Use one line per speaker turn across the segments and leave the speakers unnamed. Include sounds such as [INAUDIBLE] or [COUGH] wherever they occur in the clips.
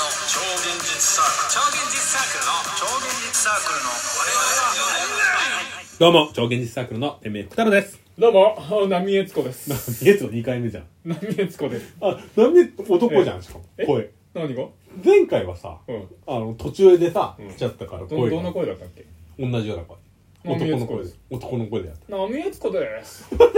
現実サークル超現実サークルの超現実サークルの我々は
どうも、超現実サークルの天命福太郎です。 [LAUGHS]
どうも、波江子です。 [LAUGHS]
イエスの2回目じゃん。
波江子です。
あ、なんで男じゃん、しかも。
え
声。
何が
前回はさ、
うん。
あの、途中でさ、
ん
来ちゃったから
ど、
声
どんな
が。
声だったっけ
同じような声。
波
男
江
の
子
声
で
です
す。。
男の声でやった。
波江子です。
今日、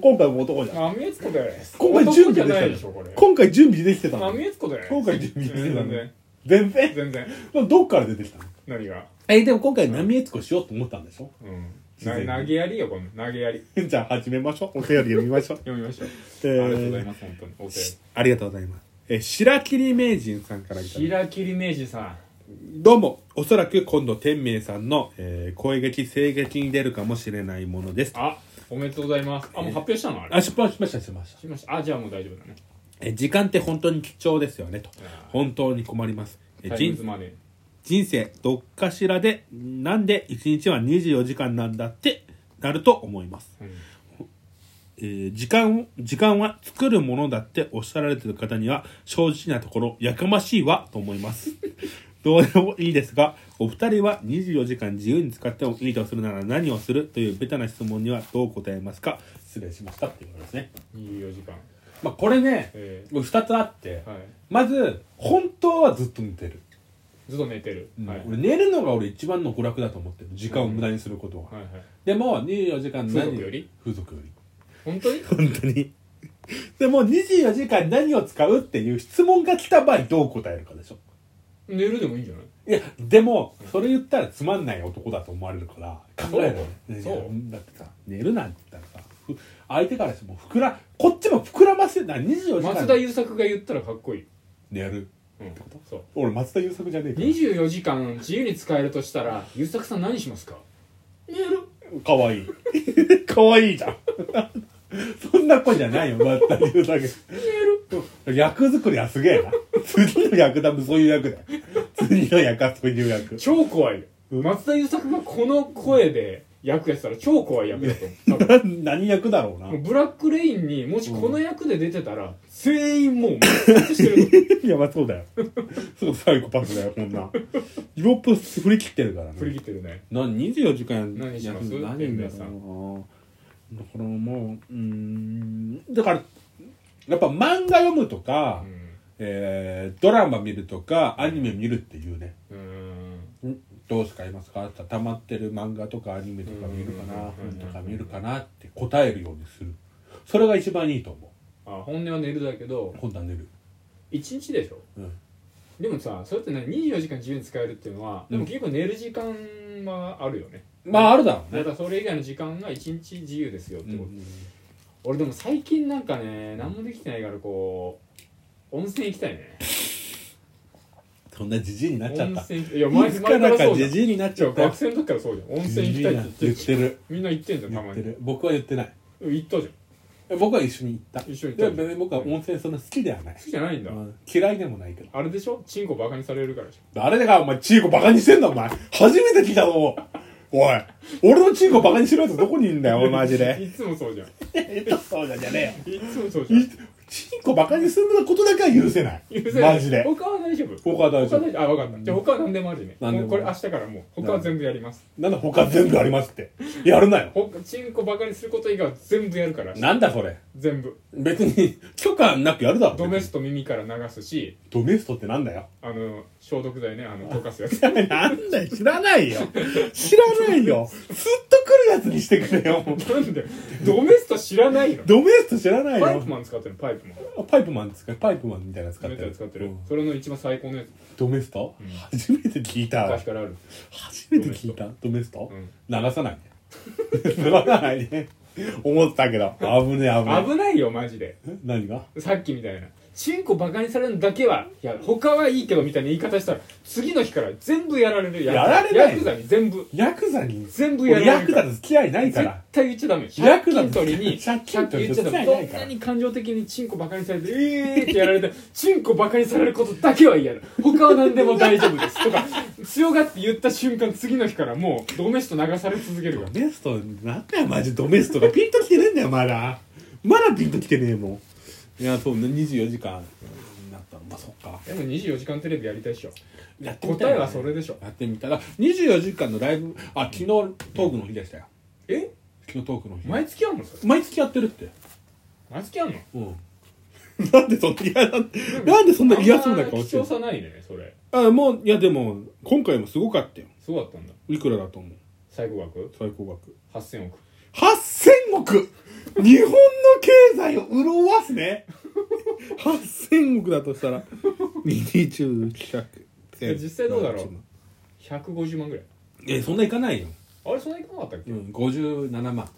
今回も男じん。
波江子です。
今回準
男じゃ
備でき
な
て
いでしたょ、これ
の。。今回準備できてたの
波。江子です。
今回準備してた
全
の
然。。
全然。
全然。
どっから出てきたの
何が
え、でも今回波江子しようと思ったんでしょ
う
然
ん。な投げやりよ、この投げやり。
じゃあ始めましょう。お便り読みましょう。
読みましょう。
え
ありがとうござい
ー
ます、本当に。お手。
し [LAUGHS] ありがとうございます。えー、白切名人さんからいただきました
平切り明治さ
どうも、おそらく今度天明さんの、えー、声劇、声劇に出るかもしれないものです
ん。。あ、おめでとうございます。あ、もう発表したのあれ。
あ、失敗しました、しました。
しました。あ、じゃあもう大丈夫だね。
えー時間って本当に貴重ですよね、と
あ。ー
本当に困ります。えー
タイムズ
人
マネー。
人生、どっかしらで、なんで1日は24時間なんだってなると思います。
うん
えー時間を、時間は作るものだっておっしゃられてる方には、正直なところ、やかましいわ、と思い [LAUGHS] ます。どうでもいいですが、お二人は24時間自由に使ってもいいとするなら何をするというベタな質問にはどう答えますか失礼しましたっていうことですね。
24時間。
まあ、これね、
え
二つあって
ー、はい。
まず、本当はずっと寝てる。
ずっと寝てる。はい。
俺寝るのが俺一番の娯楽だと思ってる。時間を無駄にすることは。
はいはい。
でも、24時間何
風俗より
風俗より。
本当に
本当に。でも24時間何を使うっていう質問が来た場合どう答えるかでしょ。
寝るでもいいんじゃない
いや、でも、それ言ったらつまんない男だと思われるから、考えろよ。
そう
いやだってさ、寝るなんて言ったらさ、ふ相手からしても膨ら、こっちも膨らませるな、24時
松田
間
優作が言ったらかっこいい、
寝る。
うん、そう
俺、松田優作じゃねえ
24時間自由に使えるとしたら優作さん何しますか寝る
か。かわい [LAUGHS] い。かわいいじゃん。そんな子じゃないよ、松田優作。
寝る
役作りはすげえな。次の役だ、そういう役だよ。次の役はそういう役。 [LAUGHS]
超怖いよ
うん
松田優作がこの声で役やってたら超怖い役だと思う多分
な何役だろうな。
もうブラックレインにもしこの役で出てたら全員もうめっちゃしてる
いや、まあそうだよ。そう、サイコパスだよ、こんな。ロップ振り切ってるからね。
振り切ってるね
な24時間
何します
やるの
天
何
明
だ
さ
ろうなだからもう、うーん。だから、やっぱ漫画読むとか、
う
えー、ドラマ見るとか、アニメ見るっていうね。
んうん
どう使いますかって溜まってる漫画とかアニメとか見るかな
うん
本とか見るかなって答えるようにするそれが一番いいと思
あ本音は寝るだけど
う今度は寝る
1日でしょ
うん
でもさそれってね24時間自由に使えるっていうのはでも結構寝る時間はあるよね、
まああるだろう
だ
ね
からそれ以外の時間が一日自由ですよって
う
こと、
ん
俺でも最近なんかね何もできてないからこう温泉行きたいね
そんなじじいになっちゃっ
温
た
泉行きいや
い
前
つ
前
か
からら
か
そうじゃ
じ
ん
じいになっ
じ
ち
ゃ
ゃ
あ
った
学生の時からそうじゃん温
じ
泉行
じ
き
い
たい
な
って言
言
っ
っててる
みんな行ってんじゃんた
言
ま
って
に
る僕は言ってない
行ったじゃん
僕は一緒に行った
一緒に行
で
ったじゃん
も僕は温泉そんな好きではない
好きじゃないんだ、
うん嫌いでもないけど
あれでしょチンコバカにされるからでしょ
誰がお前チーコバカにしてんだお前初めて聞いたぞおい俺のチーコバカにしろやつどこにいんだよお前マジで
いつもそうじゃんい
えっとそうなんじゃねえよ
つもそうじゃん
チンコバカにすることだけは許せない。
許せない
マジで。
他は大丈夫
他は大丈夫
他あ分かったじゃあ他は何でもあるね
何でも
もうこれ明日からもう他は全部やります
なんだ他全部ありますって。やるなよ。
ほチンコバカにすること以外は全部やるから
なんだそれ。
全部
別に許可なくやるだろ。
ドメスト耳から流すし
ドメストってなんだよ。
あの消毒剤ねあの溶かすやつ
なんだよ、知らないよ。知らないよ。すっと来るやつにしてくれよ。
なんでドメスト知らないの
ドメスト知らない
パイ
よ
プ。マン使ってるパイプマン
あパイプマンですかパイプマンみたいなの使っ
め
て
っちゃ
る。
使ってる、
うん
それの一番最高のやつ
ドメスト初めて聞いた
昔。からある
初めて聞いたドメスト
うん
流さないね。 [LAUGHS] 流さないね。思ったけど。危ねえ、危ね
危ないよマジで
え。何が
さっきみたいなチンコバカにされるのだけはいや他はいいけどみたいな言い方したら次の日から全部やられる
やられない
ヤクザに全部
ヤクザに
全部やら
俺
れる
ヤクザと付き合いないか
絶
ら
対言っちゃダメ
ヤ
借
クザ
金取りに
借
借
金
金
取り
言
に
っちゃダメ
絶対
ど
ない
ん
から
なに感情的にチンコバカにされてえーってやられてチンコバカにされることだけは嫌だ他は何でも大丈夫ですとか強がって言った瞬間次の日からもうドメスト流され続けるか
ド
ら
メストなんだよマジドメストがピンときてねえんだよまだまだピンときてねえもんいやそうね24時間なったのまあそっか
でも24時間テレビやりたいっしょ
やってみたい
答
な
えはそれでしょ
やってみたら24時間のライブあ昨日トークの日でしたよ
え
昨日トークの日
毎月やんのそれ
毎月やってるって
毎月やんの
うんなんでそんな嫌なんなんでそんな嫌そうな顔して
あんま貴重
る
さないねそれ
あもういやでも今回もすごかったよ
そうだったんだ
いくらだと思う
最高額
最高額
8000億
8000億日本の経済を潤わすね8000億だとしたら20尺
え実際どうだろう150万ぐらい
えそんないかないよ、
あれそんなにいかなかったっけ
うん、57万
なんか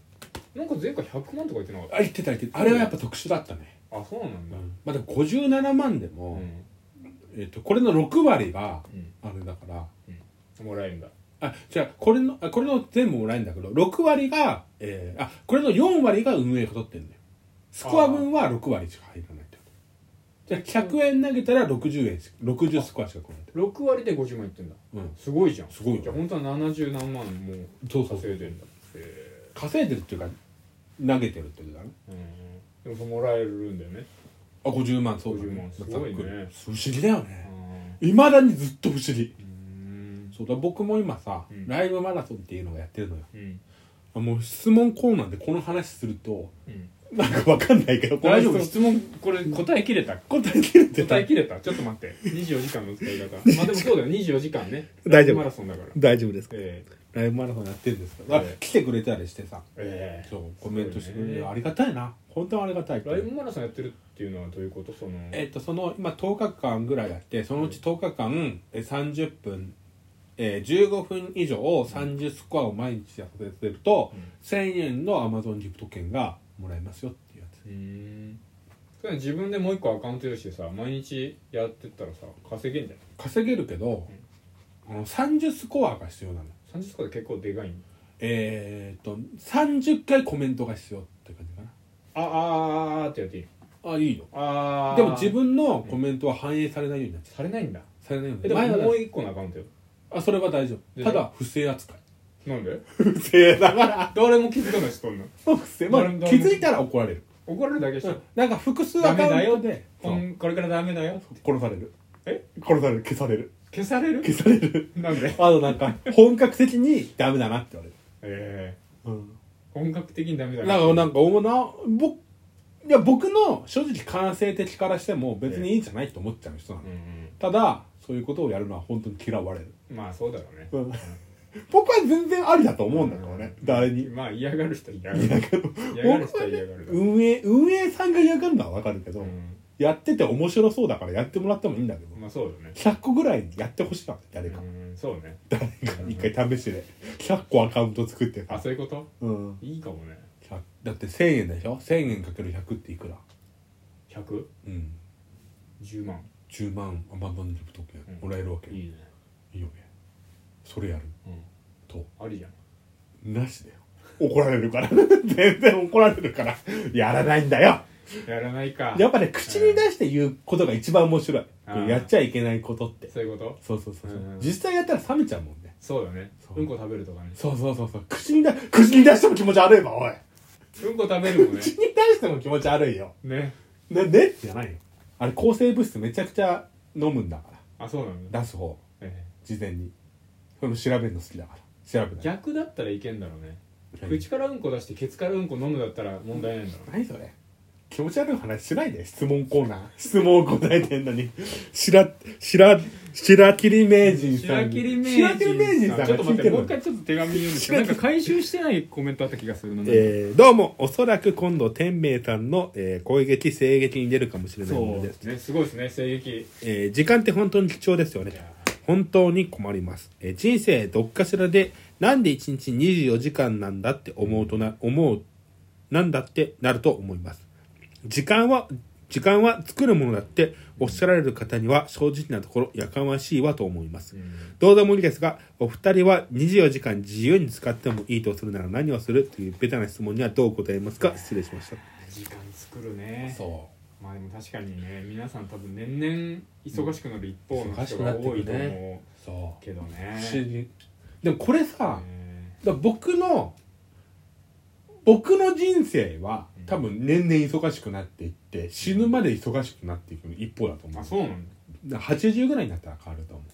前回100万とか言ってなかっ
あ言ってた言ってたあれはやっぱ特殊だったね、
たあそうなんだ
まあ、でも57万で
う
も、
ん、
えっとこれの6割が
うん
あれだから
もらえるんだ
あじゃあこれのあこれの全部もらえるんだけど6割が、えーあこれの4割が運営が取ってるんだよスコア分は6割しか入らないってことじゃあ100円投げたら60円し60スコアしか来ないって
6割で50万いってんだ
うん
すごいじゃん
すごいよ
じゃあ本当は70何万もう
そうそう
稼いでんだへ
稼いでるっていうか投げてるってことだね
えうんでももらえるんだよね
あ50万そうだ
50万
ますあ
ごいね
ざっくり不思議だよ
あ
ね
ー
いまだにずっと不思議
うん
そうだ僕も今さ、
うん
ライブマラソンっていうのをやってるのよ
うん
あもう質問コーナーでこの話すると
うん
なんかわかんないけど
大丈
この人
夫質問これ答え切れた
答え切れてた
答え切れたちょっと待って24時間の使い方まあでもそうだよ24時間ね
大丈夫
マラソンだから
大丈夫です
ええ
ライブマラソンやってるんですけど、あ
ええ
来てくれたりしてさ
ええ
そうコメントしてくれ
そう
る
ね
ありがたいな本当はありがたい
ライブマラソンやってるっていうのはどういうことその
えっとその今10日間ぐらいやってそのうち10日間え30分、えー、15分以上30スコアを毎日やってると、
うん
1000円のアマゾンギフト券がもらえますよっていうやつ
うーんそれ自分でもう一個アカウント用意してさ毎日やってったらさ稼げんじゃん
稼げるけど、あの30スコアが必要なの
30個で結構でかいん
えっと30回コメントが必要って感じかな
ああーってやっていいの
あいいよ
あー
でも自分のコメントは反映されないようになっちゃ
されないんだ
うされないように
えで
なっちゃう
も
前
も
は
う一個のアカウントよ
あそれは大丈夫
で
ただ不正扱い
なんで
不正だから
誰も気づかないしとんの
不正まあ
なるほど
気づいたら怒られる
怒られるだけでしょ
なんか複数アカ
ダメだ
ウ
よ
ントで
こんこれからダメだよ
殺される
え
殺される消される
消される
消される
なんで
あとなん [LAUGHS] か本格的にダメだなって言われる
え
うん
え本格的にダメだ
なんかなんかおもな僕いや僕の正直感性的からしても別にいいんじゃないと思っちゃう人なの、
うんうん
ただそういうことをやるのは本当に嫌われる、
まあそうだろうね
うん僕は全然ありだと思うんだけどね、誰 [LAUGHS] に
まあ嫌がる人は嫌がる嫌がる人は嫌がるだろう
運営運営さんが嫌がるのはわかるけど、
うん
やってて面白そうだからやってもらってもいいんだけど、
まあそうだね
100個ぐらいやってほしいな誰か、
うんそうね
誰か一回試してね100個アカウント作って
あ
さ、
そういうこと
うん、
いいかもね
100だって1000円でしょ1000円かける100っていくら
110
うん
万
10万アマゾンギフト券
うん
もらえるわけ、い
いいね
いよねそれやる
うん
と
ありじゃん
なしだよ怒られるから [LAUGHS] 全然怒られるからやらないんだよ
やらないか
やっぱね口に出して言うことが一番面白い
あー
やっちゃいけないことって
そういうこと
そうそうそうそう
うん
実際やったら冷めちゃうもんね
そうだね
そう
うんこ食べるとかね
そうそうそうそう口にだ口に出しても気持ち悪いわおい
うんこ食べるもね
口に出しても気持ち悪いよ
ね
ねねじゃないよあれ抗生物質めちゃくちゃ飲むんだか
あそうなんだ
ら出す方
え
事前にそれも調べるの好きだから調べ
え
ない
逆だったらいけんだろうね
何
口からうんこ出してケツからうんこ飲むだったら問題ないんだろうね
何それ気持ち悪い話しないで質問コーナー質問を答えてんのに [LAUGHS] 白白白切名人さん
白
に
切名
白切名人
人
さんが
さんちょっと
聞い
待ってて
る
も
のに
う一回ちょっと手紙読んでけどなんか回収してないコメントあった気がするのね
えーどうもおそらく今度天明さんの、えー攻撃声撃に出るかもしれない
そ
の
う
で
ですねすごいですね声撃
えー時間って本当に貴重ですよね本当に困ります、えー人生どっかしらでなんで1日24時間なんだって思うとな思うなんだってなると思います時間は時間は作るものだっておっしゃられる方には正直なところやかましいわと思います、どうでもいいですがお二人は24時間自由に使ってもいいとするなら何をするというベタな質問にはどう答えますか失礼しました
時間作るね
そ
まあでも確かにね皆さん多分年々忙しくなる一方の
忙し
人
くな
が
って
多い
るね
と思
うそう
けどね
不思議でもこれさ
ね
だから僕の僕の人生は
うん
多分年々忙しくなっていって死ぬまで忙しくなっていく一方だと思
あ
う
そうなんだ
80ぐらいになったら変わると思う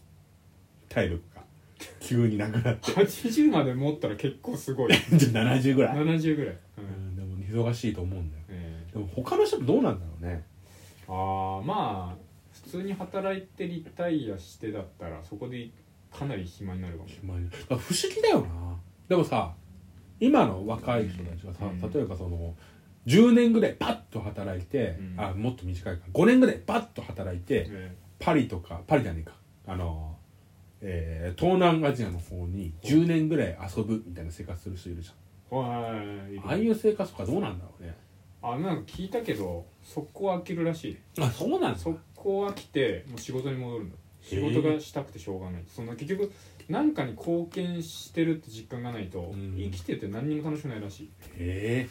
体力が急になくなって
80まで持ったら結構すごい
じゃあ70ぐらい、う
70ぐらい、うん
ん、でも忙しいと思うんだよ
え
でも他の人もどうなんだろうね
ーああまあ普通に働いてリタイアしてだったらそこでかなり暇になるかも
まあ不思議だよなでもさ今の若い人たちはさ、
うん
例えばその10年ぐらいパッと働いて、
うん
あもっと短いか5年ぐらいパッと働いて、
え
パリとかパリじゃねえかあの、えー東南アジアの方に10年ぐらい遊ぶみたいな生活する人いるじ
ーはい
ゃんああいう生活とかどうなんだろうね
あなんか聞いたけど速攻飽きるらしい
あそうなんです
速攻飽きてもう仕事に戻るんだ仕
ー
事がしたくてしょうがないそんな結局何かに貢献してるって実感がないと、
うん
生きてて何にも楽しくないらしい
へえ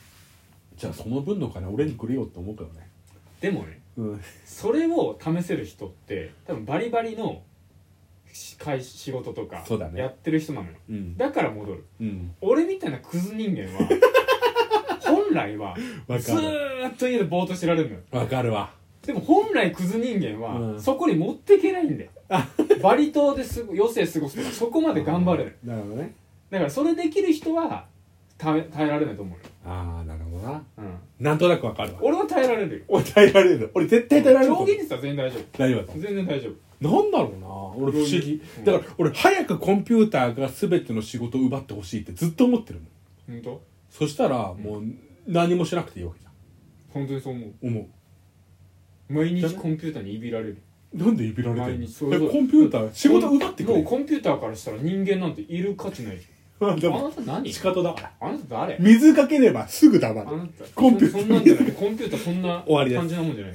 じゃあその分の金俺にくれよって思うけどね
でもね
うん
それを試せる人って多分バリバリのし会仕事とか
そうだね
やってる人なのよ
うん
だから戻る
うん
俺みたいなクズ人間
[LAUGHS]
は本来は
わ
ず
かる
ーっと家でぼーっとしてられるのよ
わかるわ
でも本来クズ人間
うん
はそこに持っていけないんだよ、バリ島ですご余生過ごすとかそこまで頑張れる
なるほどね
だからそれできる人は耐え耐えられないと思うよ、
ああなるほどな
うん、
なんとなくわかるわ
俺は耐えられるよ
俺耐えられる俺絶対耐えられると思
超
う
現実は全然大丈
大丈夫だと思う
夫全然大丈夫
なんだろうな俺不思議
うん
だから俺早くコンピューターが全ての仕事を奪ってほしいってずっと思ってるもん
本当
そしたらもう何もしなくていいわけじゃ
本当にそう思う
ん思
毎日コンピューターにいびられる
うなんでいびられて
毎
るの
日そういうこと
えコンピューター仕事奪ってく
も
れ
うコンピューターからしたら人間なんている価値ないじ
あ
ゃ
[LAUGHS] で
んあ
も
なた何
仕方だから
あなた誰
水かければすぐ
あ
黙る
なた
コンピューター
そんなんじゃないコンピューターそんな
[LAUGHS] 終わりです
感じなもんじゃない